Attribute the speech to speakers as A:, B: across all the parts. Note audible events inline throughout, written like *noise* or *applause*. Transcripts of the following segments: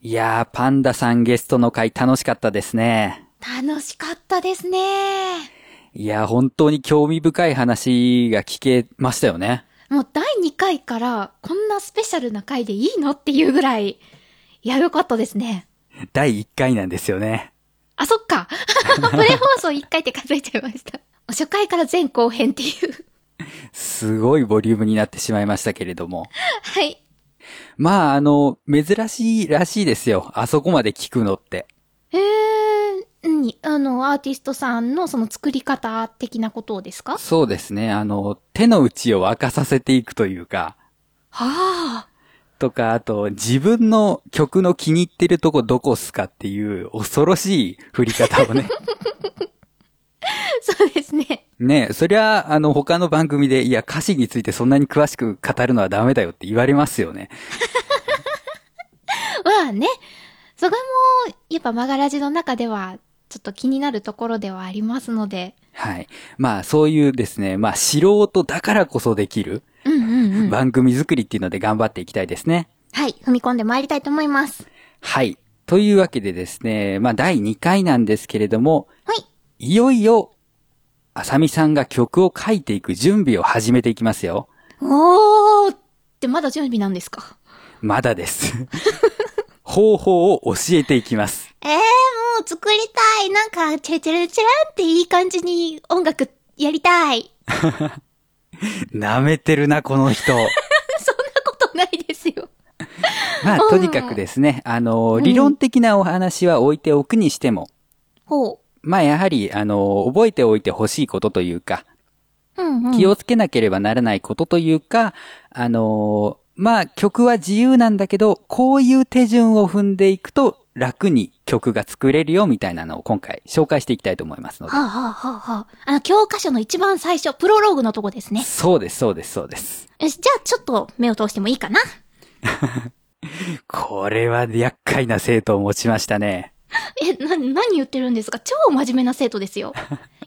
A: いやー、パンダさんゲストの回楽しかったですね。
B: 楽しかったですね。
A: いやー、本当に興味深い話が聞けましたよね。
B: もう第2回からこんなスペシャルな回でいいのっていうぐらい、いや、よかったですね。
A: 第1回なんですよね。
B: あ、そっか。 *laughs* プレ放送1回って数えちゃいました。初回から前後編っていう。
A: すごいボリュームになってしまいましたけれども。
B: はい。
A: まあ、あの、珍しいらしいですよ。あそこまで聞くのって。
B: えー、に、あの、アーティストさんのその作り方的なことをですかは
A: そうですね。あの、手の内を明かさせていくというか、
B: あ。
A: とか、あと、自分の曲の気に入ってるとこどこっすかっていう恐ろしい振り方をね。
B: そうですね。
A: ねえ、そりゃ、あの、他の番組で、いや、歌詞についてそんなに詳しく語るのはダメだよって言われますよね。
B: まあね。そこも、やっぱマガラジの中では、ちょっと気になるところではありますので。
A: はい。まあ、そういうですね、まあ、素人だからこそできる
B: うんうんうん。
A: 番組作りっていうので頑張っていきたいですね。
B: はい。踏み込んでまいりたいと思います。
A: はい。というわけでですね、まあ、第2回なんですけれども、
B: はい。
A: いよいよ、あさみさんが曲を書いていく準備を始めていきますよ。
B: おーってまだ準備なんですか
A: まだ
B: *laughs*
A: です。方法を教えていきます。
B: ええー、もう作りたい。なんか、チェチェレチェラっていい感じに音楽やりたい。
A: 舐めてるな、この人。
B: *laughs* そんなことないですよ。
A: まあ、とにかくですね、あの、理論的なお話は置いておくにしても、
B: ほ
A: まあ、やはり、あの、覚えておいてほしいことというか、
B: う。うんうん。
A: 気をつけなければならないことというか、あの、まあ、曲は自由なんだけど、こういう手順を踏んでいくと、楽に曲が作れるよ、みたいなのを今回紹介していきたいと思いますので
B: は。あ、はあはあはあ、あの、教科書の一番最初、プロローグのとこですね。
A: そうです、そうです、そうです。
B: よし、じゃあちょっと目を通してもいいかな
A: これは厄介な生徒を持ちましたね。
B: *laughs* え、な、何言ってるんですか超真面目な生徒で
A: *laughs*
B: すよ。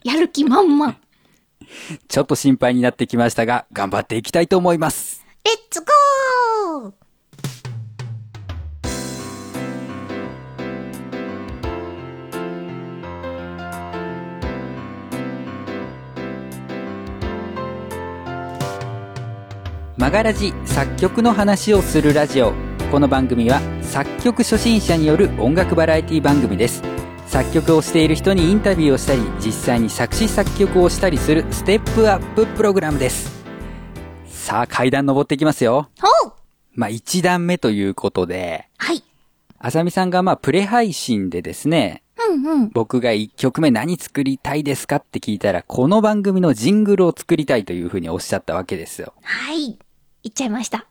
B: やる気満々。 *laughs* レ
A: ちょっと心配になってきましたが、頑張っていきたいと思います。
B: ッツゴー
A: マガラジ作曲の話をするラジオ。この番組は作曲初心者による音楽バラエティ番組です。作曲をしている人にインタビューをしたり、実際に作詞作曲をしたりするステップアッププログラムです。さあ、階段登っていきますよ。
B: ほう
A: まあ、1段目ということで、
B: はい。
A: あさみさんがまあ、プレ配信でですね、
B: うんうん。
A: 僕が1曲目何作りたいですかって聞いたら、この番組のジングルを作りたいというふうにおっしゃったわけですよ。
B: はい。言っちゃいました。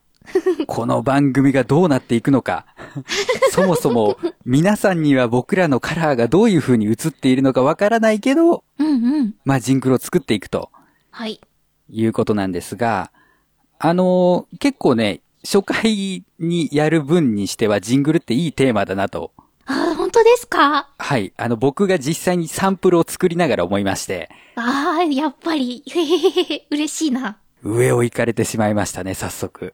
A: この番組がどうなっていくのか。そもそも、皆さんには僕らのカラーがどういう風に映っているのかわからないけど、
B: うんうん。
A: まあ、ジングルを作っていくと
B: はい。
A: いうことなんですが、あのー結構ね、初回にやる分にしてはジングルっていいテーマだなと。
B: あー、本当ですか
A: はい。あの、僕が実際にサンプルを作りながら思いまして、
B: あー、やっぱり。 *laughs* へへへへへ、嬉しいな。
A: 上を行かれてしまいましたね、早速。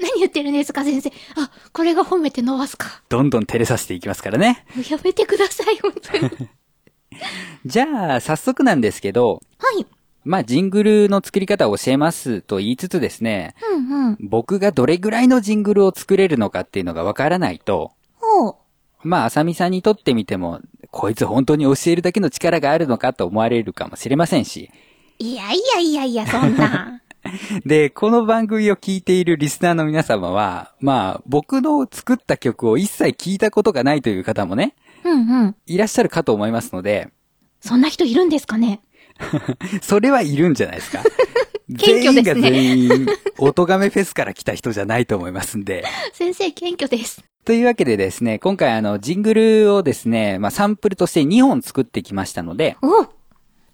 B: 何言ってるんですか、先生。あ、これが褒めて伸ばすか。
A: どんどん照れさせていきますからね。
B: もうやめてください、本 *laughs* 当に。
A: じゃあ、早速なんですけど、
B: はい。
A: まあ、ジングルの作り方を教えますと言いつつですね、
B: うんうん。
A: 僕がどれぐらいのジングルを作れるのかっていうのがわからないと、
B: ほう。
A: まあ、あさみさんにとってみても、こいつ本当に教えるだけの力があるのかと思われるかもしれませんし、
B: いやいやいやいや、そんな。
A: で、この番組を聞いているリスナーの皆様は、まあ、僕の作った曲を一切聞いたことがないという方もね、
B: *laughs* うんうん。
A: いらっしゃるかと思いますので、
B: そんな人いるんですかね
A: それはいるんじゃないですか。
B: *laughs* 謙虚ですね
A: 全員が全員、おとがめフェスから来た人じゃないと思いますんで。
B: 先生、謙虚です。
A: というわけでですね、今回あの、ジングルをですね、まあ、サンプルとして2本作ってきましたので、
B: おう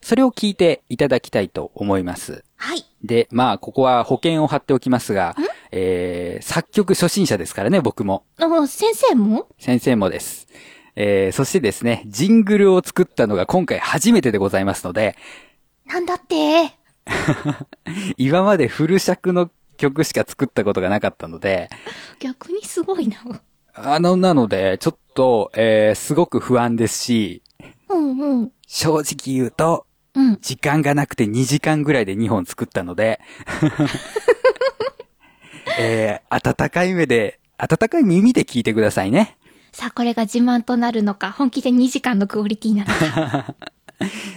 A: それを聞いていただきたいと思います。
B: はい。
A: で、まあ、ここは保険を張っておきますが、えー、作曲初心者ですからね、僕も。
B: あもう先生も
A: 先生もです。えー、そしてですね、ジングルを作ったのが今回初めてでございますので、
B: なんだって。
A: 今までフル尺の曲しか作ったことがなかったので、
B: 逆にすごいな。
A: あの、なので、ちょっと、えー、すごく不安ですし、
B: うんうん。
A: 正直言うと、
B: うん。
A: 時間がなくて2時間ぐらいで2本作ったの *laughs* で、えー、温かい目で、温かい耳で聞いてくださいね。
B: さあ、これが自慢となるのか、本気で2時間のクオリティなのか。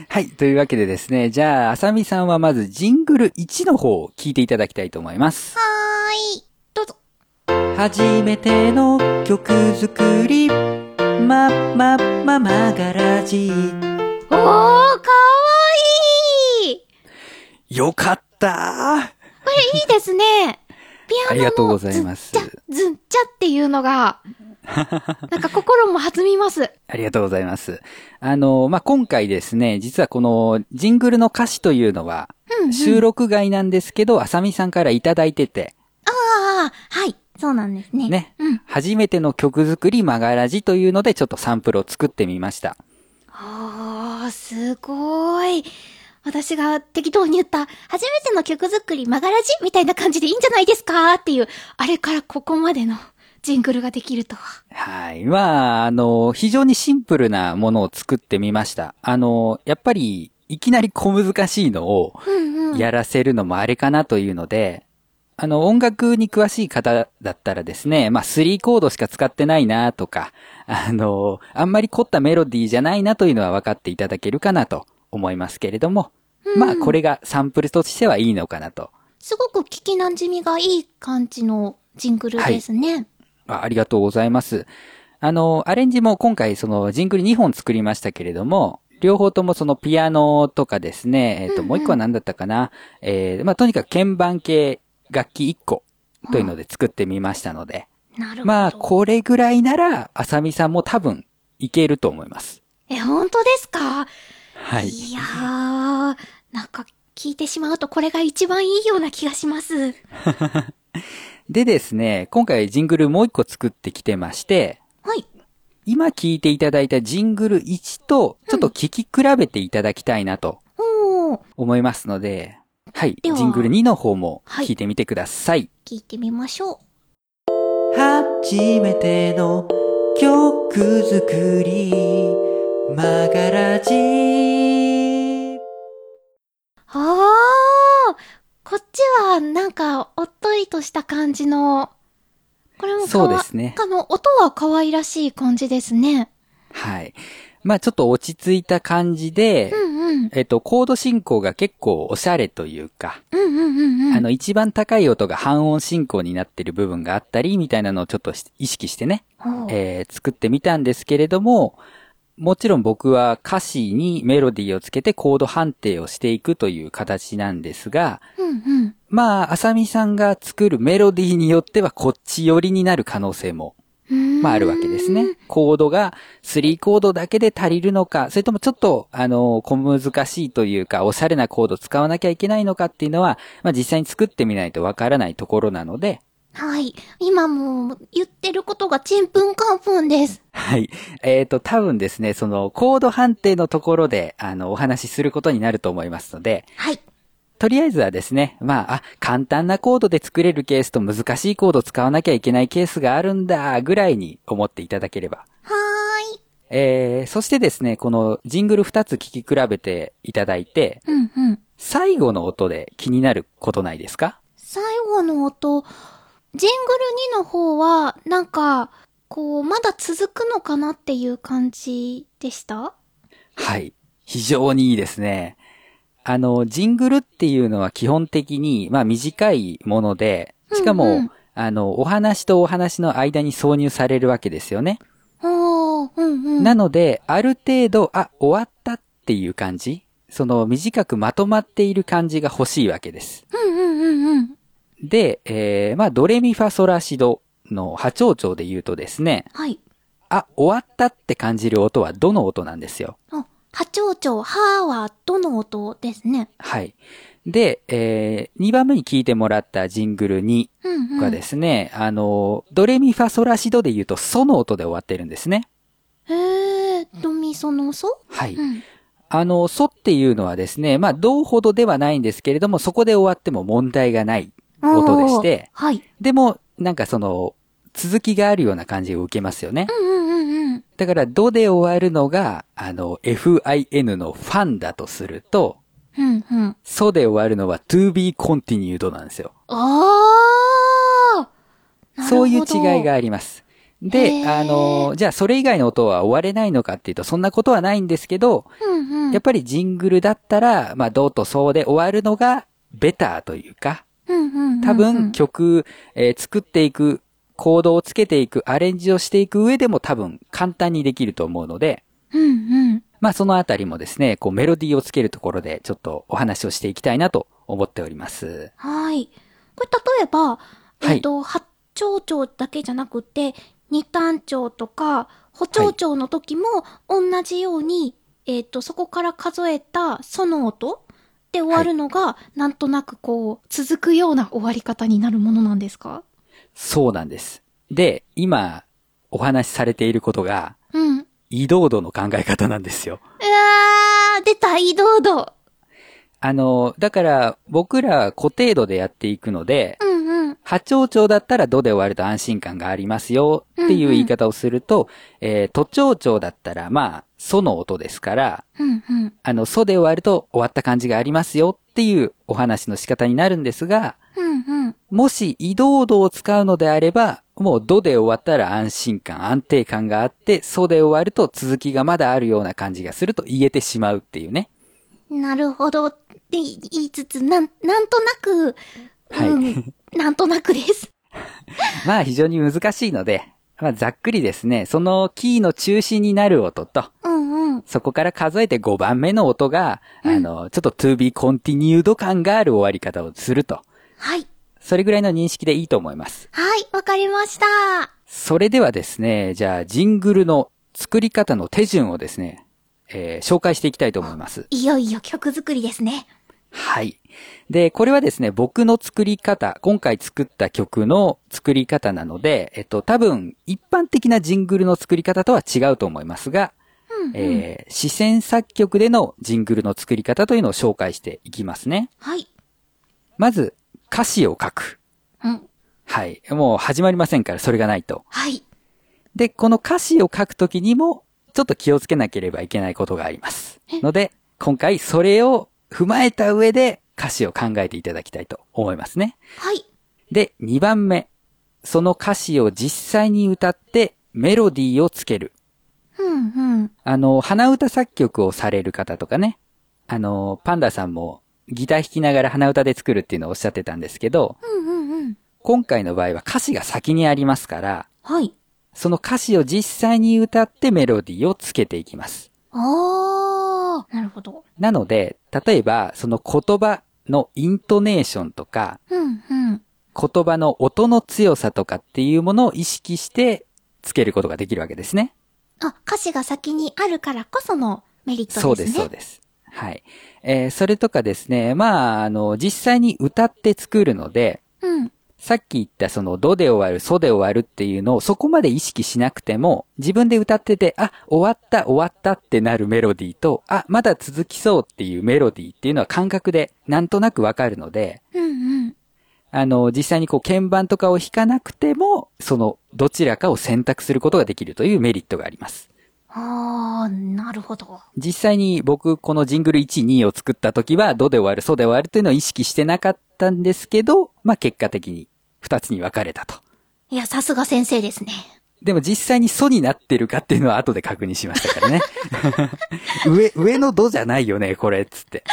A: はい。というわけでですね、じゃあ、あさみさんはまずジングル1の方を聞いていただきたいと思います。
B: はーい。どうぞ。
A: 初めての曲作り。ま、ま、ま、まがらじ。
B: おー、かわいい
A: よかった
B: これいいですね。ピアノの
A: ありがとうございます
B: ズッチャ、ズッチャっていうのが、なんか心も弾みます。
A: ありがとうございます。あの、まあ、今回ですね、実はこのジングルの歌詞というのは、
B: うん、うん。
A: 収録外なんですけど、あさみさんからいただいてて、
B: ああ、はい。そうなんですね。
A: ね
B: うん。
A: 初めての曲作りまがらじというので、ちょっとサンプルを作ってみました。
B: おー、すごい。私が適当に言った、初めての曲作り、曲がらじみたいな感じでいいんじゃないですかっていう、あれからここまでのジングルができるとは。
A: はい。まあ、あの、非常にシンプルなものを作ってみました。あの、やっぱり、いきなり小難しいのを
B: うんうん。
A: やらせるのもあれかなというので、あの、音楽に詳しい方だったらですね、まあ、3コードしか使ってないなとか、あの、あんまり凝ったメロディーじゃないなというのは分かっていただけるかなと思いますけれども、まあ、これがサンプルとしてはいいのかなと。
B: すごく聞き馴染みがいい感じのジングルですね。
A: あありがとうございます。あの、アレンジも今回そのジングル2本作りましたけれども、両方ともそのピアノとかですね、えっ、と、
B: うんうん
A: もう一個は何だったかな。えー、まあ、とにかく鍵盤系楽器1個というので作ってみましたので、
B: なるほど。
A: まあ、これぐらいなら、あさみさんも多分いけると思います。
B: え、本当ですか
A: はい。
B: いやー、なんか聞いてしまうとこれが一番いいような気がします。
A: でですね、今回ジングルもう一個作ってきてまして、
B: はい。
A: 今聞いていただいたジングル1と、ちょっと聞き比べていただきたいなと
B: おー、
A: 思いますので、はい。
B: では
A: ジングル2の方も
B: はい
A: 聞いてみてください。
B: 聞いてみましょう。
A: 初めての曲作り、まがらじ。
B: あー、こっちはなんかおっとりとした感じの、これもか
A: そうで
B: わ、
A: すね。
B: あの、音は可愛らしい感じですね。
A: はい。まあちょっと落ち着いた感じで、
B: うんうん。
A: えっと、コード進行が結構おしゃれというか、
B: うんうんうんうん。
A: あの、一番高い音が半音進行になってる部分があったり、みたいなのをちょっとし意識してね、
B: ほう、
A: えー作ってみたんですけれども、もちろん僕は歌詞にメロディーをつけてコード判定をしていくという形なんですが、
B: うんうん。
A: まあ、あさみさんが作るメロディーによってはこっち寄りになる可能性も、
B: うーん
A: まああるわけですね。コードが3コードだけで足りるのか、それともちょっと、あの、小難しいというか、おしゃれなコード使わなきゃいけないのかっていうのは、まあ実際に作ってみないとわからないところなので、
B: はい。今もう言ってることがちんぷんかんぷんです。
A: はい。えっ、と、多分ですね、その、コード判定のところで、あの、お話しすることになると思いますので、
B: はい。
A: とりあえずはですね、まあ、あ、簡単なコードで作れるケースと難しいコード使わなきゃいけないケースがあるんだ、ぐらいに思っていただければ。
B: はーい。
A: えー、そしてですね、このジングル2つ聞き比べていただいて、
B: うんうん。
A: 最後の音で気になることないですか
B: 最後の音、ジングル2の方は、なんか、こう、まだ続くのかなっていう感じでした
A: はい。非常にいいですね。あの、ジングルっていうのは基本的に、まあ短いもので、しかも、
B: うんうん
A: あの、お話とお話の間に挿入されるわけですよね。
B: おー、うんうん。
A: なので、ある程度、あ、終わったっていう感じその短くまとまっている感じが欲しいわけです。
B: うんうんうんうん。
A: で、えー、まあ、ドレミファソラシドの波長長で言うとですね、
B: はい。
A: あ、終わったって感じる音はどの音なんですよ。
B: あ、波長長、はーは、どの音ですね。
A: はい。で、えー、2番目に聞いてもらったジングル2
B: うんうん。
A: がですね、あの、ドレミファソラシドで言うと、ソの音で終わってるんですね。
B: へー、ドミソのソ
A: はい。
B: うん。
A: あの、ソっていうのはですね、まあ、どうほどではないんですけれども、そこで終わっても問題がない音でして、
B: おー。はい。
A: でも、なんかその、続きがあるような感じを受けますよね。
B: うんうんうんうん。
A: だから、ドで終わるのが、あの、fin のファンだとすると、
B: うんうん。
A: ソで終わるのは to be continued なんですよ。
B: あー
A: そういう違いが。あります。
B: へ
A: で、
B: ー
A: あの、じゃあそれ以外の音は終われないのかっていうと、そんなことはないんですけど、
B: なるほどうんうん。
A: やっぱりジングルだったら、まあ、ドとソで終わるのが、ベターというか、
B: うんうんうんうん
A: 多分曲、えー作っていく、コードをつけていく、アレンジをしていく上でも多分簡単にできると思うので、
B: うんうん。
A: まあそのあたりもですね、こうメロディーをつけるところでちょっとお話をしていきたいなと思っております。
B: はい。これ例えば、
A: い
B: えっと、八丁調だけじゃなくて、二単調とか、補丁調の時も同じように、えっと、そこから数えたその音で終わるのが、なんとなくこう、続くような終わり方になるものなんですか
A: そうなんです。で、今お話しされていることが、
B: うん。うわ
A: 移動度の考え方なんですよ。
B: ー、出た、移動度。
A: あの、だから僕らは固定度でやっていくので、
B: うんうん。
A: 波長調だったらドで終わると安心感がありますよっていう言い方をすると、えー、都長調だったらまあ、ソの音ですから、
B: うんうん。
A: あの、ソで終わると終わった感じがありますよっていうお話の仕方になるんですが、
B: うんうん。
A: もし移動度を使うのであれば、もうドで終わったら安心感、安定感があって、ソで終わると続きがまだあるような感じがすると言えてしまうっていうね。
B: なるほどって言いつつ、なん、なんとなく、
A: はい *laughs*
B: うん、なんとなくです。
A: まあ非常に難しいので、まあざっくりですね、そのキーの中心になる音と、
B: うんうん。
A: そこから数えて5番目の音が、あの、ちょっと to be continued 感がある終わり方をすると。
B: はい。
A: それぐらいの認識でいいと思います。
B: はい、わかりました。
A: それではですね、じゃあジングルの作り方の手順をですね、えー紹介していきたいと思います。
B: いよいよ曲作りですね。
A: はい。で、これはですね、僕の作り方、今回作った曲の作り方なので、えっと、多分、一般的なジングルの作り方とは違うと思いますが、
B: うん、うん。
A: えー、視線作曲でのジングルの作り方というのを紹介していきますね。
B: はい。
A: まず、歌詞を書く。
B: うん。
A: はい。もう始まりませんから、それがないと。
B: はい。
A: で、この歌詞を書くときにも、ちょっと気をつけなければいけないことがあります。ので、今回それを踏まえた上で歌詞を考えていただきたいと思いますね。
B: はい。
A: で、2番目。その歌詞を実際に歌ってメロディーをつける。
B: うんうん。
A: あの、鼻歌作曲をされる方とかね。あの、パンダさんもギター弾きながら鼻歌で作るっていうのをおっしゃってたんですけど、
B: うんうんうん。
A: 今回の場合は歌詞が先にありますから、
B: はい。
A: その歌詞を実際に歌ってメロディーをつけていきます。
B: あー。なるほど。
A: なので、例えば、その言葉のイントネーションとか、
B: うんうん。
A: 言葉の音の強さとかっていうものを意識してつけることができるわけですね。
B: あ、歌詞が先にあるからこそのメリットですね。
A: そうです、そうです。はい。えーそれとかですね、まあ、あの、実際に歌って作るので、
B: うん。
A: さっき言ったその、ドで終わる、ソで終わるっていうのをそこまで意識しなくても、自分で歌ってて、あ、終わった、終わったってなるメロディーと、あ、まだ続きそうっていうメロディーっていうのは感覚でなんとなくわかるので、
B: うんうん。
A: あの、実際にこう鍵盤とかを弾かなくても、その、どちらかを選択することができるというメリットがあります。
B: あー、なるほど。
A: 実際に僕、このジングル1、2を作った時は、ドで終わる、ソで終わるというのを意識してなかったんですけど、まあ結果的に2つに分かれたと。
B: いや、さすが先生ですね。
A: でも実際にソになってるかっていうのは後で確認しましたからね。 *laughs* 上、上のドじゃないよね、これ、つって。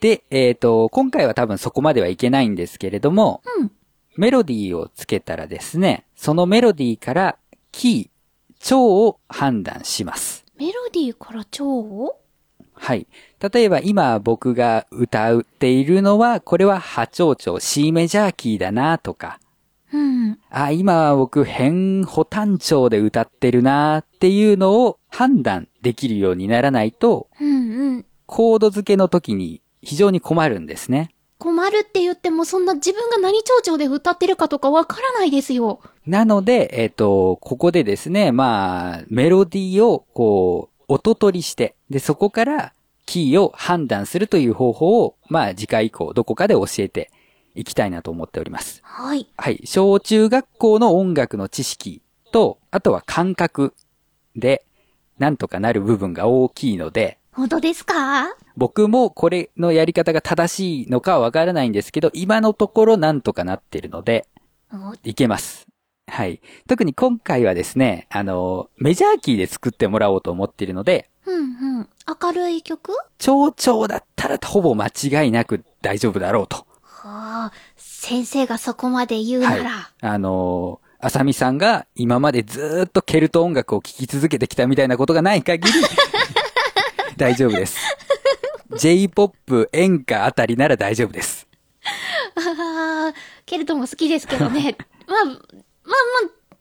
A: で、えっ、と、今回は多分そこまではいけないんですけれども、
B: うん。
A: メロディーをつけたらですね、そのメロディーからキー、調を判断します。
B: メロディーから調を
A: はい。例えば今僕が歌っているのは、これは波長調、C メジャーキーだなとか、
B: うん。
A: あ、今は僕変補単調で歌ってるなっていうのを判断できるようにならないと、
B: うんうん。
A: コード付けの時に非常に困るんですね。
B: 困るって言ってもそんな自分が何蝶々で歌ってるかとかわからないですよ。
A: なので、えっ、と、ここでですね、まあ、メロディーを、こう、音取りして、で、そこから、キーを判断するという方法を、まあ、次回以降、どこかで教えて行きたいなと思っております。
B: はい。
A: はい。小中学校の音楽の知識と、あとは感覚で、なんとかなる部分が大きいので、
B: 本当ですか
A: 僕もこれのやり方が正しいのかはわからないんですけど、今のところなんとかなってるので、
B: お
A: いけます。はい。特に今回はですね、あの、メジャーキーで作ってもらおうと思っているので、
B: うんうん。明るい曲
A: 蝶々だったらほぼ間違いなく大丈夫だろうと。
B: はあ、先生がそこまで言うなら。
A: あのー、あさみさんが今までずーっとケルト音楽を聴き続けてきたみたいなことがない限り、大丈夫です。J-POP 演歌あたりなら大丈夫です。
B: ああ、ケルトも好きです *laughs* けど *laughs* ね。まあ、まあまあ、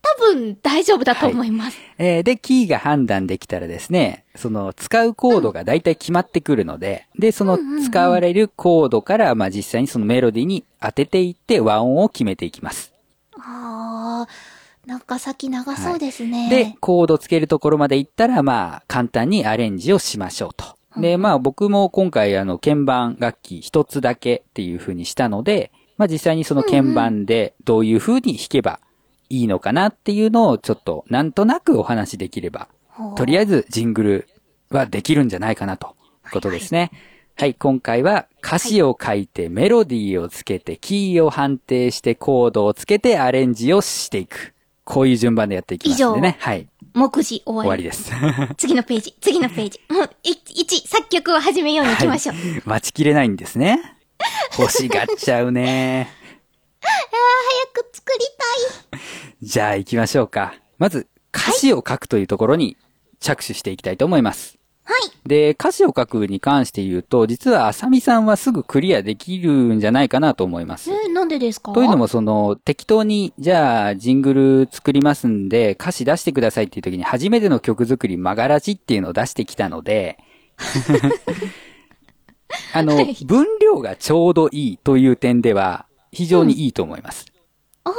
B: 多分大丈夫だと思います。
A: えーで、キーが判断できたらですね、その使うコードが大体決まってくるので、で、その
B: うんうんうん
A: 使われるコードから、まあ実際にそのメロディに当てていって和音を決めていきます。
B: ああ、なんか先長そうですね。
A: で、コードつけるところまで行ったら、まあ、簡単にアレンジをしましょうと。で、まあ僕も今回あの、鍵盤楽器一つだけっていう風にしたので、まあ実際にその鍵盤でどういう風に弾けばいいのかなっていうのをちょっとなんとなくお話しできれば、
B: ほう
A: とりあえずジングルはできるんじゃないかなということですね。はい、今回は歌詞を書いてメロディーをつけてキーを判定してコードをつけてアレンジをしていく。こういう順番でやっていきますんで
B: 以上
A: ね。はい。
B: 目次終わり。
A: 終わりで
B: *laughs*
A: す。
B: 次のページ、次のページ。もう、い一、作曲を始めように行きましょう。
A: 待ちきれないんですね。欲しがっちゃうね。
B: 早く作りたい。
A: じゃあ行きましょうか。まず、歌詞を書くというところに着手していきたいと思います。
B: はい。
A: で、歌詞を書くに関して言うと、実はあさみさんはすぐクリアできるんじゃないかなと思います。
B: えーなんでですか
A: というのもその、適当に、じゃあ、ジングル作りますんで、歌詞出してくださいっていう時に、初めての曲作り、曲がらじっていうのを出してきたの
B: *laughs*
A: で、あの、
B: はい
A: 分量がちょうどいいという点では、非常にいいと思います。
B: おー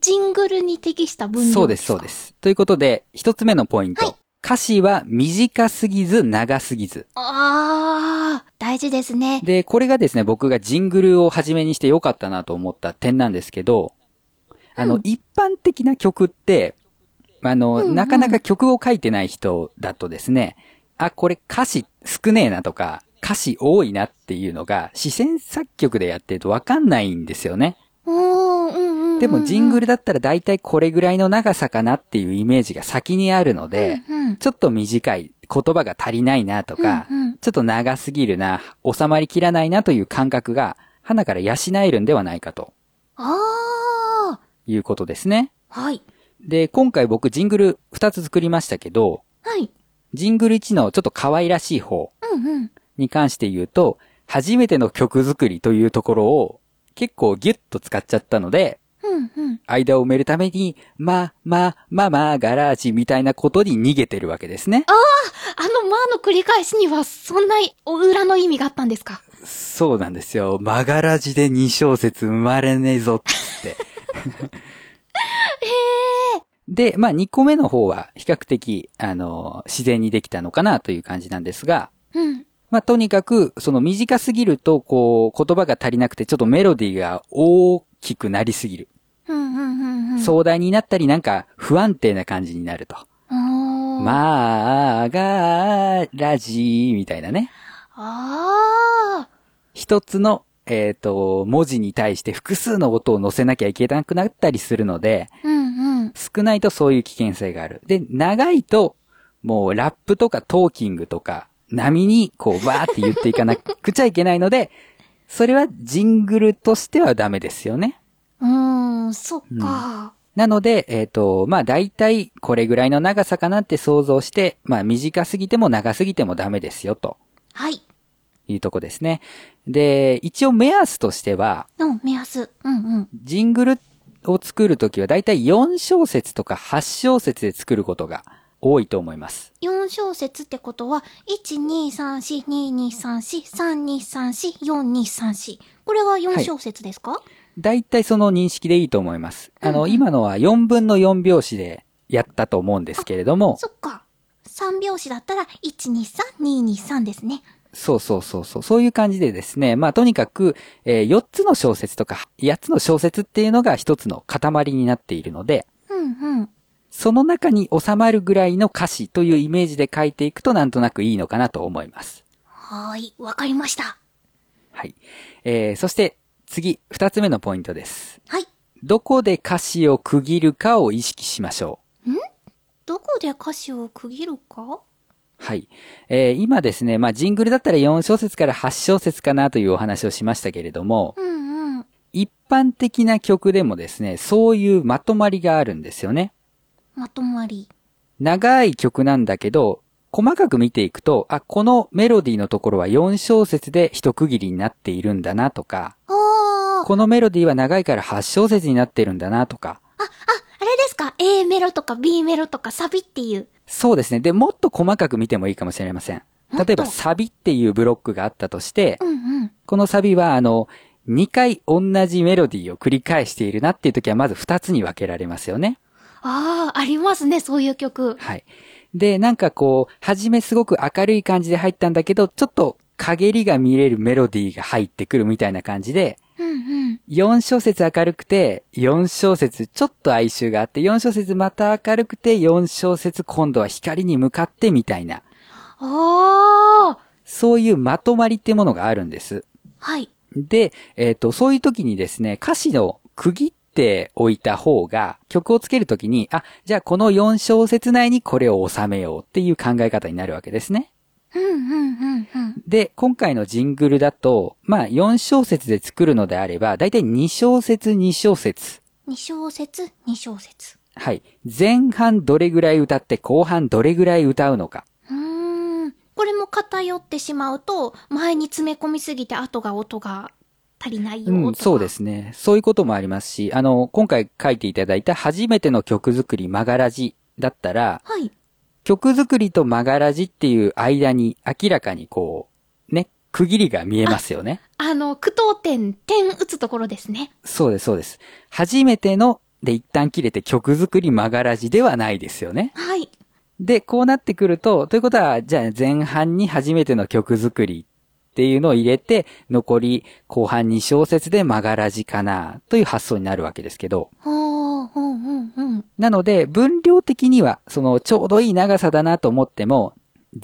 B: ジングルに適した分量
A: そうです、そうです。ということで、一つ目のポイント。
B: はい
A: 歌詞は短すぎず、長すぎず。
B: ああ、大事ですね。
A: で、これがですね、僕がジングルを始めにして良かったなと思った点なんですけど、あの、
B: うん
A: 一般的な曲って、あの、
B: うんうん
A: なかなか曲を書いてない人だとですね、あ、これ歌詞少ねえなとか、歌詞多いなっていうのが、視線作曲でやってるとわかんないんですよね。
B: おー、うんうんうんうん。
A: でもジング
B: ル
A: ルだったら大体これぐらいの長さかなっていうイメージが先にあるので、
B: うんうん
A: ちょっと短い、言葉が足りないなとか、
B: うんうん
A: ちょっと長すぎるな、収まりきらないなという感覚が、花から養えるんではないかと
B: ああ、
A: いうことですね。
B: はい。
A: で、今回僕ジングル2つ作りましたけど、
B: はい。
A: ジングル1のちょっと可愛らしい方
B: うんうん。
A: に関して言うと、初めての曲作りというところを結構ギュッと使っちゃったので、
B: うんうん。
A: 間を埋めるために、ま、ま、ま、ま、ガラージみたいなことに逃げてるわけですね。
B: あの、まあの繰り返しには、そんな、お裏の意味があったんですか
A: そうなんですよ。曲がらじで2小節生まれねえぞっつ
B: *laughs*
A: って。で、まあ2個目の方は比較的、あの、自然にできたのかなという感じなんですが、
B: うん。
A: まあとにかく、その短すぎると、こう、言葉が足りなくてちょっとメロディーが大きくなりすぎる。
B: うんうんうんうん。う。
A: 壮大になったりなんか不安定な感じになると。
B: ま、
A: まあ、がらじみたいなね。
B: ああ、
A: 一つの、えっ、と、文字に対して複数の音を載せなきゃいけなくなったりするので、
B: うんうん。
A: 少ないとそういう危険性がある。で、長いと、もうラップとかトーキングとか、波にこうバーって言っていかなくちゃいけないので、それはジングルとしてはダメですよね。
B: うーん、そっか。
A: なので、えっ、と、まあ大体これぐらいの長さかなって想像して、まあ短すぎても長すぎてもダメですよ、と
B: はい。
A: いうとこですね。で、一応目安としては、
B: の目安。うんうん。
A: ジングルを作るときはだいたい4小節とか8小節で作ることが多いと思います。
B: 4小節ってことは、1,2,3,4,2,2,3,4,3,2,3,4,4,2,3,4これは4小節ですか、
A: だいたいその認識でいいと思います。あ
B: うん
A: の、
B: うん
A: 今のは4分の4拍子でやったと思うんですけれども、
B: そっか。3拍子だったら、1,2,3,2,2,3ですね。
A: そうそうそうそう。そういう感じでですね、まあとにかく、え4つの小説とか8つの小説っていうのが1つの塊になっているので、
B: うんうん。
A: その中に収まるぐらいの歌詞というイメージで書いていくとなんとなくいいのかなと思います。
B: はーい、わかりました。
A: はい。えー、そして次、2つ目のポイントです。
B: はい。
A: どこで歌詞を区切るかを意識しましょう。
B: どこで歌詞を区切るか
A: はい。えー今ですね、まあ、ジングルだったら4小節から8小節かなというお話をしましたけれども、
B: うんうん。
A: 一般的な曲でもですね、そういうまとまりがあるんですよね。
B: まとまり。
A: 長い曲なんだけど、細かく見ていくと、あ、このメロディーのところは4小節で一区切りになっているんだなとか、
B: おー。あ、
A: このメロディーは長いから8小節になってるんだなとか、
B: あ、あれですか ?A メロとか B メロとかサビっていう。
A: そうですね。で、もっと細かく見てもいいかもしれません。
B: もっと
A: 例えば、サビっていうブロックがあったとして、
B: うんうん。
A: このサビは、あの、2回同じメロディーを繰り返しているなっていう時は、まず2つに分けられますよね。
B: ああ、ありますね、そういう曲。
A: はい。で、なんかこう、初めすごく明るい感じで入ったんだけど、ちょっと陰りが見れるメロディーが入ってくるみたいな感じで、
B: うんうん。
A: 4小節明るくて、4小節ちょっと哀愁があって、4小節また明るくて、4小節今度は光に向かってみたいな、
B: ああ。
A: そういうまとまりってものがあるんです。
B: はい。
A: で、えっ、と、そういう時にですね、歌詞の区切っておいた方が、曲をつける時に、あ、じゃあこの4小節内にこれを収めようっていう考え方になるわけですね。
B: うんうんうんうん。
A: で、今回のジングルだと、まあ4小節で作るのであれば、だいたい2小節2小節。
B: 2小節、2小節。
A: はい。前半どれぐらい歌って、後半どれぐらい歌うのか。
B: うーん。これも偏ってしまうと、前に詰め込みすぎて後が音が足りないよとか、
A: うん、そうで。すね。そういうこともありますし、あの、今回書いていただいた初めての曲作り、曲がらじだったら、
B: はい。
A: 曲作りと曲がらじっていう間に明らかにこう、ね、区切りが見えますよね。
B: あの、句読点、点打つところですね。
A: そうです、そうです。初めてので一旦切れて曲作り曲がらじではないですよね。
B: はい。
A: で、こうなってくると、ということは、じゃあ前半に初めての曲作りっていうのを入れて、残り後半2小節で曲がらじかなという発想になるわけですけど。
B: ほう、うんうんうん。
A: なので、分量的には、その、ちょうどいい長さだなと思っても、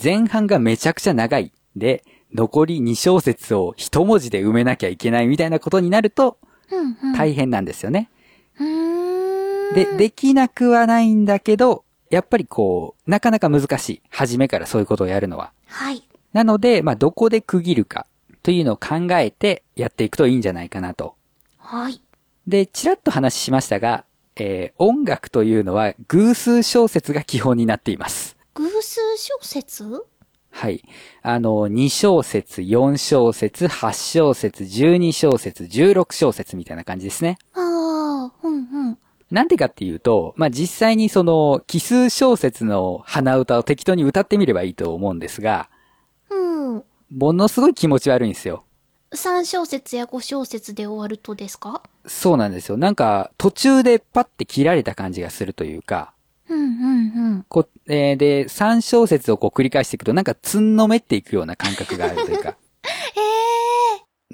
A: 前半がめちゃくちゃ長い。で、残り2小節を一文字で埋めなきゃいけないみたいなことになると、
B: うんうん。
A: 大変なんですよね。
B: うーん。
A: で、できなくはないんだけど、やっぱりこう、なかなか難しい。初めからそういうことをやるのは。
B: はい。
A: なので、まあ、どこで区切るか、というのを考えてやっていくといいんじゃないかなと。
B: はい。
A: で、ちらっと話しましたが、えー、音楽というのは偶数小節が基本になっています。
B: 偶数小節
A: はい。あの、2小節、4小節、8小節、12小節、16小節みたいな感じですね。
B: ああ、うんうん。
A: なんでかっていうと、まあ、実際にその、奇数小節の鼻歌を適当に歌ってみればいいと思うんですが、
B: うん。
A: ものすごい気持ち悪いんですよ。
B: 3小節や5小節で終わるとですか
A: そうなんですよ。なんか、途中でパッて切られた感じがするというか、
B: うんうん
A: こえーで、3小節をこう繰り返していくと、なんか、つんのめっていくような感覚があるというか。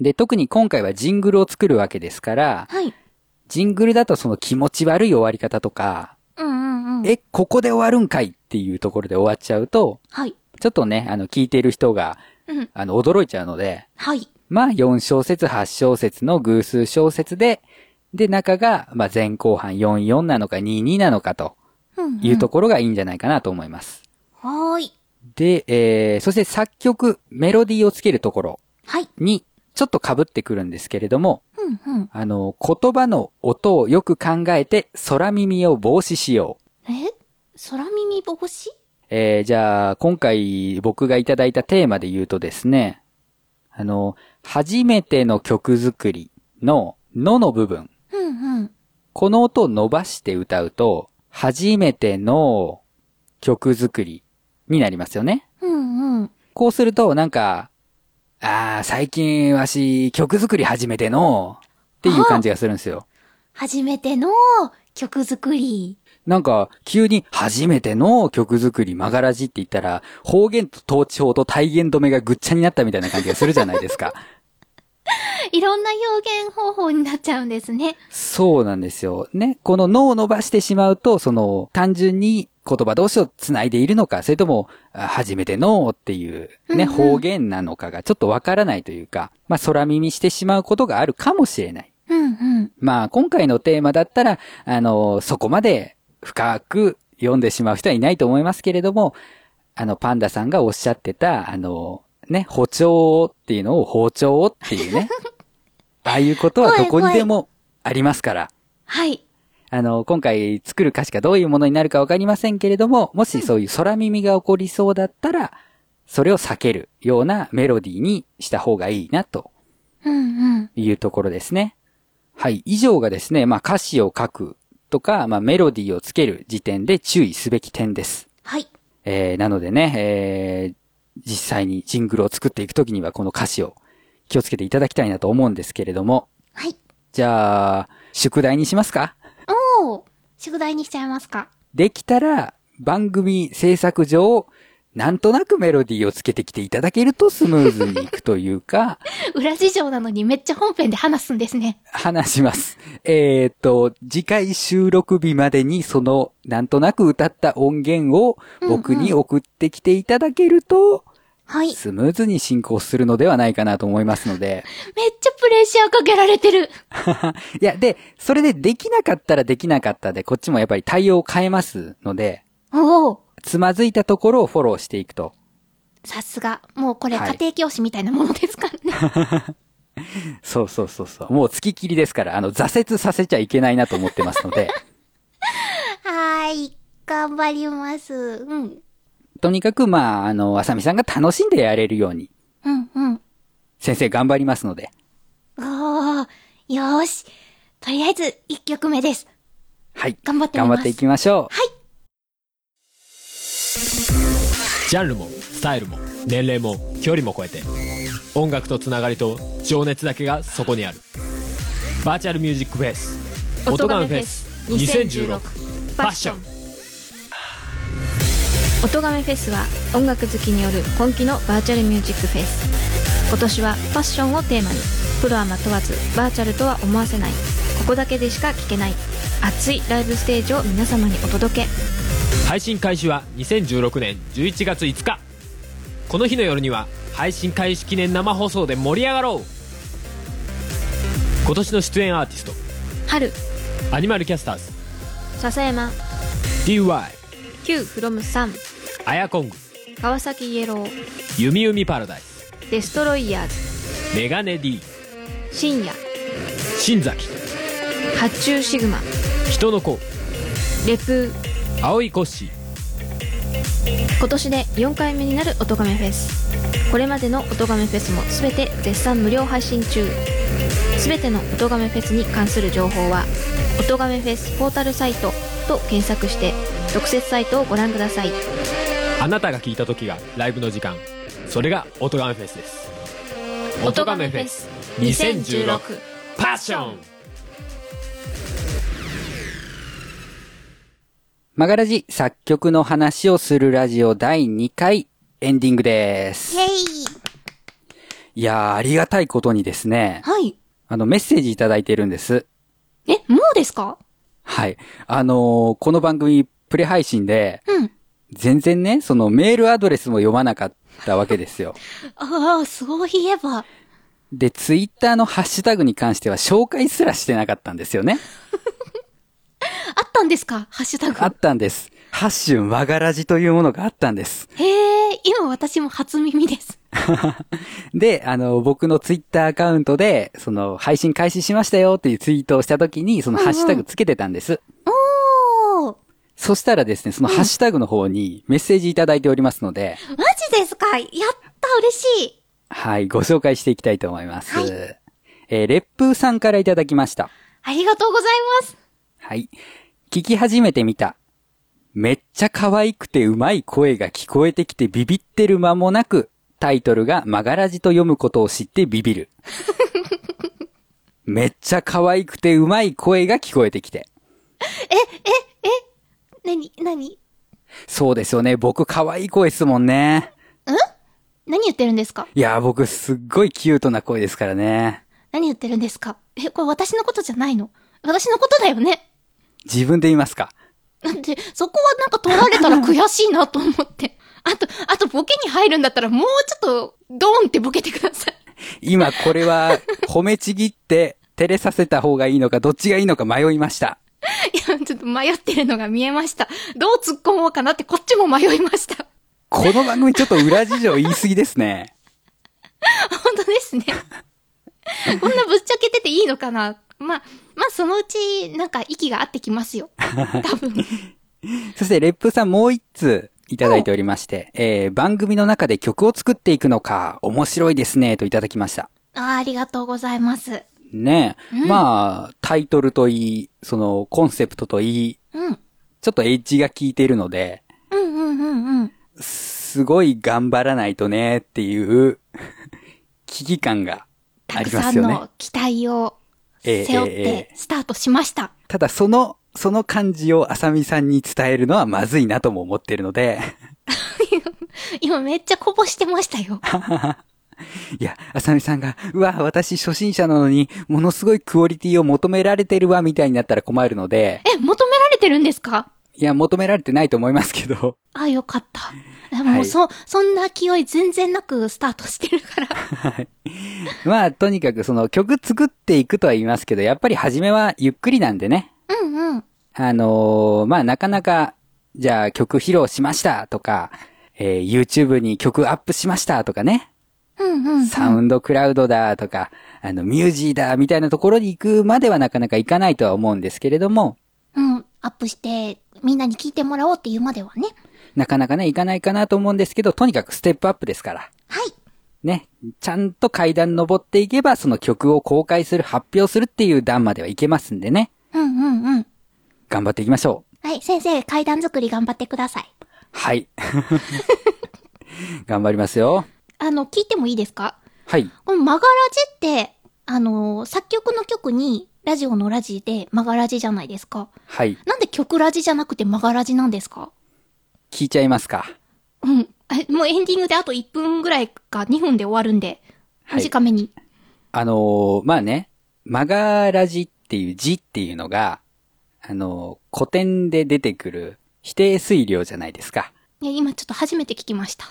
A: で、特に今回はジングルを作るわけですから、
B: うん。はい。
A: ジングルだとその気持ち悪い終わり方とか、
B: うんうんうん。
A: え、ここで終わるんかいっていうところで終わっちゃうと、
B: はい。
A: ちょっとね、あの、聞いている人が、
B: うん。
A: あの、驚いちゃうので、
B: はい。
A: まあ、4小節、8小節の偶数小節で、で、中が、まあ、前後半44なのか22なのかと
B: うん、
A: いうところがいいんじゃないかなと思います。
B: はーい。
A: で、えー、そして作曲、メロディーをつけるところ
B: はい。
A: に、ちょっと被ってくるんですけれども、
B: うんうん。
A: あの、言葉の音をよく考えて、空耳を防止しよう。
B: え空耳帽子
A: えーじゃあ、今回僕がいただいたテーマで言うとですね、あの、初めての曲作りの、のの部分。
B: うんうん。
A: この音を伸ばして歌うと、初めての曲作りになりますよね。
B: うんうん。
A: こうすると、なんか、あー、最近わし、曲作り始めての、っていう感じがするんですよ。
B: 初めての曲作り。
A: なんか、急に初めての曲作り、曲がらじって言ったら、方言と統治法と体言止めがぐっちゃになったみたいな感じがするじゃないです
B: *laughs*
A: か。
B: いろんな表現方法になっちゃうんですね。
A: そうなんですよ。ね。この脳を伸ばしてしまうと、その、単純に言葉同士を繋いでいるのか、それとも、あ初めてのっていう、ね、
B: うんうん
A: 方言なのかがちょっとわからないというか、まあ、空耳してしまうことがあるかもしれない。
B: うんうん。
A: まあ、今回のテーマだったら、あの、そこまで深く読んでしまう人はいないと思いますけれども、あの、パンダさんがおっしゃってた、あの、ね、歩調をっていうのを包丁をっていうね。ああいうことはどこにでもありますから。
B: はい。
A: あの、今回作る歌詞がどういうものになるかわかりませんけれども、もしそういう空耳が起こりそうだったら、それを避けるようなメロディーにした方がいいなと
B: うんうん。
A: いうところですね。はい。以上がですね、まあ歌詞を書くとか、まあメロディーをつける時点で注意すべき点です。
B: はい。
A: えー、なのでね、えー、実際にジングルを作っていくときにはこの歌詞を気をつけていただきたいなと思うんですけれども、
B: はい。
A: じゃあ、宿題にしますか
B: おー宿題にしちゃいますか。
A: できたら番組制作上、なんとなくメロディーをつけてきていただけるとスムーズにいくというか、
B: 裏事情なのにめっちゃ本編で話すんですね。
A: 話します。えーっと、次回収録日までにその、なんとなく歌った音源を僕に送ってきていただけると、
B: はい。
A: スムーズに進行するのではないかなと思いますので。
B: めっちゃプレッシャーかけられてる。
A: いや、で、それでできなかったらできなかったで、こっちもやっぱり対応を変えますので、
B: おお。
A: つまずいたところをフォローしていくと。
B: さすが。もうこれ
A: はい
B: 家庭教師みたいなものですからね。
A: そうそうそうそう。もう月切りですから、あの、挫折させちゃいけないなと思ってますので。
B: *laughs* はーい。頑張ります。うん。
A: とにかく、まあ、あの、あさみさんが楽しんでやれるように、
B: うんうん。
A: 先生頑張りますので。
B: おー。よーし。とりあえず、一曲目です。
A: はい。
B: 頑張ってみ
A: 頑
B: ます。
A: 張っていきましょう。
B: はい。
C: ジャンルもスタイルも年齢も距離も超えて音楽とつながりと情熱だけがそこにあるバーチャルミュージックフェス音ガンフェス2016ファッション
D: 音がめフェスは音楽好きによる今季のバーチャルミュージックフェス今年はファッションをテーマにプロアマ問わずバーチャルとは思わせないここだけでしか聞けない熱いライブステージを皆様にお届け
C: 配信開始は2016年11月5日この日の夜には配信開始記念生放送で盛り上がろう今年の出演アーティスト
D: 春
C: アニマルキャスターズ
D: 笹山
C: DY
D: Q from サン
C: アヤコング
D: 川崎イエロー
C: 弓弓パラダイス
D: デストロイヤーズ
C: メガネ D
D: 深夜
C: 新崎
D: 発注シグマ
C: 人の子
D: レプー
C: 青いコッシー
D: 今年で4回目になる音がめフェスこれまでの音がめフェスも全て絶賛無料配信中全ての音がめフェスに関する情報は「音がめフェスポータルサイト」と検索して特設サイトをご覧ください
C: あなたが聞いた時がライブの時間それが音ガメフェスです音ガメフェス2016パッション
A: マガラジ作曲の話をするラジオ第2回エンディングです
B: イ。ェイ。
A: いやー、ありがたいことにですね、
B: はい。
A: あの、メッセージいただいてるんです。
B: え、もうですか
A: はい。あのーこの番組、プレ配信で、
B: うん。
A: 全然ね、そのメールアドレスも読まなかったわけです
B: *laughs*
A: よ。
B: ああ、そういえば。
A: で、ツイッターのハッシュタグに関しては紹介すらしてなかったんですよ
B: *laughs*
A: ね。
B: あったんですかハッシュタ
A: あっ
B: グ。
A: たんです。ハッシュマガラジというものがあったんです。
B: へえ、今私も初耳です。
A: で、あの、僕のツイッターアカウントで、その、配信開始しましたよっていうツイートをした時に、その
B: うんうん
A: ハッシュタグつけてたんです。
B: おー。
A: そしたらですね、そのハッシュタグの方にメッセージいただいておりますので、
B: マジですかやった、嬉しい。
A: はい、ご紹介していきたいと思います。
B: はい
A: えー、烈風さんからいただきました。
B: ありがとうございます。
A: はい。聞き始めてみた。めっちゃ可愛くてうまい声が聞こえてきてビビってる間もなく、タイトルが曲がらじと読むことを知ってビビる。めっちゃ可愛くてうまい声が聞こえてきて。
B: え、え、え、なに、なに
A: そうですよね。僕、可愛い声ですもんね。
B: 何言ってるんですか
A: いや、僕、すっごいキュートな声ですからね。
B: 何言ってるんですかえ、これ私のことじゃないの私のことだよね
A: 自分で言いますか。
B: で、そこはなんか取られたら悔しいなと思って。あと、あとボケに入るんだったらもうちょっと、ドーンってボケてください。 *laughs*
A: 今、これは、褒めちぎって、照れさせた方がいいのか、どっちがいいのか迷いました。
B: いや、ちょっと迷ってるのが見えました。どう突っ込もうかなってこっちも迷いました。
A: この番組ちょっと裏事情言い過ぎですね。
B: 本当ですね。こんなぶっちゃけてていいのかなまあ、まあそのうち、なんか息が合ってきますよ。多分。
A: そして、レップさんもう一通いただいておりまして、えー、番組の中で曲を作っていくのか、面白いですね、といただきました。
B: ああ、ありがとうございます。
A: ねえ、まあ、タイトルといい、その、コンセプトといい、
B: うん。
A: ちょっとエッジが効いているので、
B: うんうんうんうん。
A: すごい頑張らないとねっていう危機感があ
B: たく
A: りま
B: さ
A: す
B: ん
A: よね
B: の。期待を
A: ええ
B: 背負っ
A: ええ
B: てスタートしました。
A: ただその、その感じを浅見さんに伝えるのはまずいなとも思ってるので、
B: 今めっちゃこぼしてましたよ。
A: いや、浅見さんが、うわ、私初心者なのに、ものすごいクオリティを求められてるわ、みたいになったら困るので、
B: え、求められてるんですか
A: いや、求められてないと思いますけど、 *laughs*
B: あ、よかった。でも、
A: はい
B: そ、そんな勢い全然なくスタートして
A: *laughs*
B: るから。
A: まあ、とにかくその曲作っていくとは言いますけど、やっぱり初めはゆっくりなんでね、
B: うんうん。
A: あのーまあ、なかなか、じゃあ曲披露しましたとか、えー YouTube に曲アップしましたとかね、
B: うんうん。
A: サウンドクラウドだとか、あの、ミュージーだみたいなところに行くまではなかなか行かないとは思うんですけれども、
B: うん。アップして、みんなに聞いてもらおうっていうまではね。
A: なかなかね、行かないかなと思うんですけど、とにかくステップアップですから。
B: はい。
A: ね。ちゃんと階段登っていけば、その曲を公開する、発表するっていう段まではいけますんでね。
B: うんうんうん。
A: 頑張っていきましょう。
B: はい、先生、階段作り頑張ってください。
A: はい。 *laughs* 頑張りますよ。
B: あの、聞いてもいいですか
A: はい。
B: このマガラジって、あの、作曲の曲に、ラジオのラジでマガラジじゃないですか。
A: はい。
B: なんで曲ラジじゃなくてマガラジなんですか
A: 聞いちゃいますか。
B: うん。えもうエンディングであと1分ぐらいか2分で終わるんで、
A: はい
B: 短めに。
A: あのーまあね、マガラジっていう字っていうのが、あのー古典で出てくる否定推量じゃないですか。
B: い、や、今ちょっと初めて聞きました。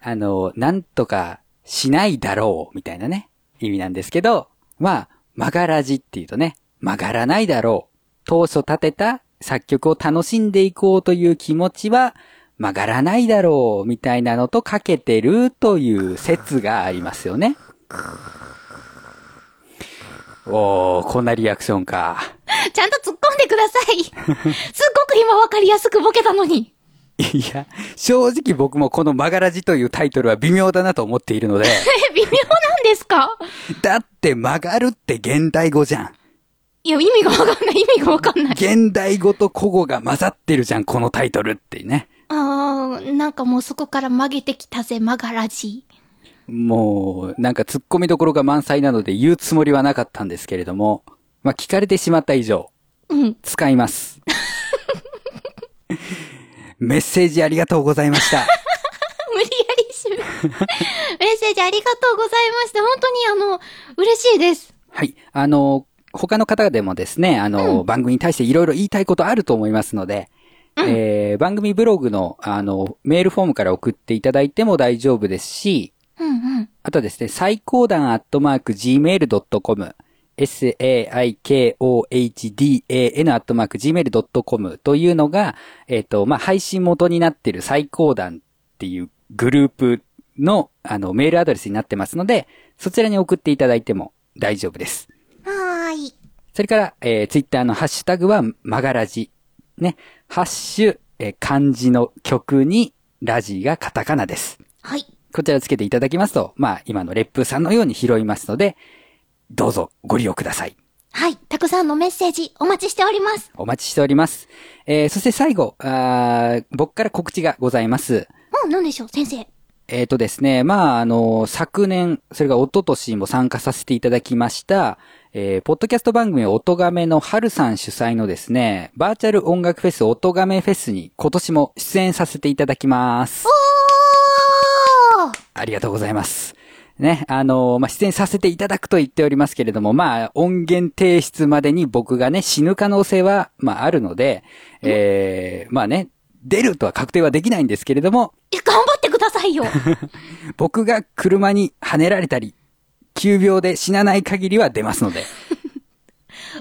A: あのーなんとかしないだろう、みたいなね、意味なんですけど、まあ、マガラジっていうとね、曲がらないだろう。当初立てた作曲を楽しんでいこうという気持ちは、曲がらないだろう、みたいなのとかけてるという説がありますよね。おー、こんなリアクションか。
B: *laughs* ちゃんと突っ込んでください *laughs* すっごく今わかりやすくボケたのに
A: いや、正直僕もこの曲がらじというタイトルは微妙だなと思っているので、
B: え、 *laughs* 微妙なんですか
A: だって曲がるって現代語じゃん。
B: いや、意味がわかんない、意味がわかんない。
A: 現代語と古語が混ざってるじゃん、このタイトルってね。
B: あー、なんかもうそこから曲げてきたぜ、マガラジ。
A: もう、なんか突っ込みどころが満載なので言うつもりはなかったんですけれども、まあ、聞かれてしまった以上、
B: うん。
A: 使います。 *laughs* メッセージありがとうございました。
B: 無理やりしめ *laughs* メッセージありがとうございました。本当にあの、嬉しいです。
A: はい。あの、他の方でもですね、あの、番組に対していろいろ言いたいことあると思いますので、えー番組ブログの、あの、メールフォームから送っていただいても大丈夫ですし、
B: うんうん。
A: あとですね、最高段アットマーク gmail.com、saikohdan アットマーク gmail.com というのが、えっ、と、まあ、配信元になっている最高段っていうグループの、あの、メールアドレスになってますので、そちらに送っていただいても大丈夫です。
B: はーい。
A: それから、えー、ツイッターのハッシュタグは、まがらじ。ね。ハッシュ、えー漢字の曲に、ラジがカタカナです。
B: はい。
A: こちらをつけていただきますと、まあ、今の烈風さんのように拾いますので、どうぞご利用ください。
B: はい。たくさんのメッセージお待ちしております。
A: お待ちしております。えー、そして最後、あー僕から告知がございます。
B: うん、なんでしょう、先生。
A: えっ、とですね、まあ、あの、昨年、それが一昨年も参加させていただきました、えーポッドキャスト番組音亀の春さん主催のですね、バーチャル音楽フェス音亀フェスに今年も出演させていただきます。
B: おー
A: ありがとうございます。ね、あのーまあ、出演させていただくと言っておりますけれども、まあ、音源提出までに僕がね、死ぬ可能性は、まあ、あるので、えー、まあね、出るとは確定はできないんですけれども、
B: いや、頑張ってくださいよ。 *laughs*
A: 僕が車に跳ねられたり、急病で死なない限りは出ますので、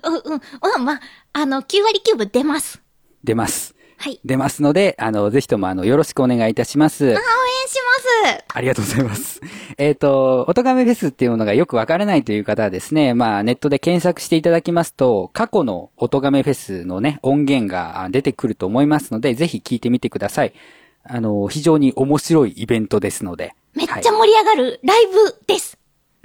B: うん、うん、うん、ま、あの、9割9分出ます。
A: 出ます。
B: はい。
A: 出ますので、あの、ぜひともあの、よろしくお願いいたします
B: あ、応。援します。
A: ありがとうございます。 *laughs* えっ、と、音亀フェスっていうものがよくわからないという方はですね、まあネットで検索していただきますと、過去の音亀フェスのね、音源があ出てくると思いますので、ぜひ聞いてみてください。あの、非常に面白いイベントですので。
B: めっ
A: はい
B: ちゃ盛り上がるライブです。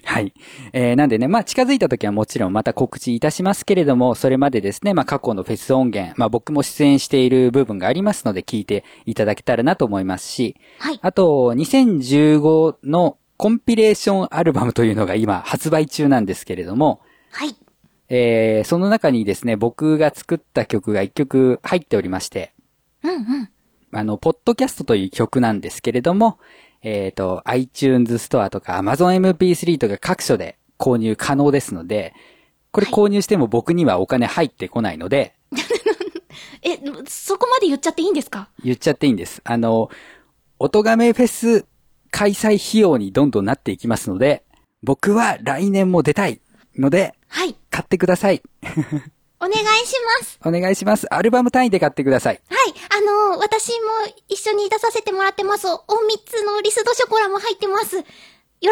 A: はい。えー、なんでね、まあ、近づいた時はもちろんまた告知いたしますけれども、それまでですね、まあ、過去のフェス音源、まあ、僕も出演している部分がありますので、聞いていただけたらなと思いますし、
B: はい。
A: あと、2015のコンピレーションアルバムというのが今発売中なんですけれども、
B: はい。
A: えー、その中にですね、僕が作った曲が一曲入っておりまして、
B: うんうん。
A: あの、ポッドキャストという曲なんですけれども、えっ、と、iTunes ストアとか Amazon MP3 とか各所で購入可能ですので、これ
B: はい
A: 購入しても僕にはお金入ってこないので、
B: え、そこまで言っちゃっていいんですか
A: 言っちゃっていいんです。あの、音亀フェス開催費用にどんどんなっていきますので、僕は来年も出たいので、
B: はい。
A: 買ってください。
B: お願いします。
A: お願いします。アルバム単位で買ってください。
B: はい。あのー私も一緒に出させてもらってます。お三つのリスドショコラも入ってます。よ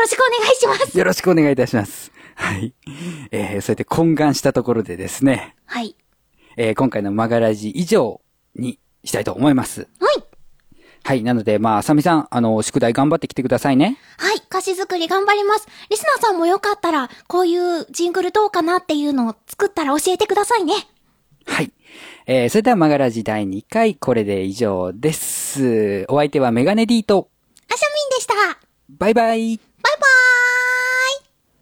B: ろしくお願いします。
A: よろしくお願いいたします。はい。えー、そうやって懇願したところでですね、
B: *laughs* はい。
A: えー今回のマガラジ以上にしたいと思います。
B: はい。
A: はい。なので、まあ、あさみさん、あの、宿題頑張ってきてくださいね。
B: はい。歌詞作り頑張ります。リスナーさんもよかったら、こういうジングルどうかなっていうのを作ったら教えてくださいね。
A: はい。えー、それではマガラジ第2回、これで以上です。お相手はメガネ D と、
B: アシャミンでした。バイ
A: バイバイ
B: バーイ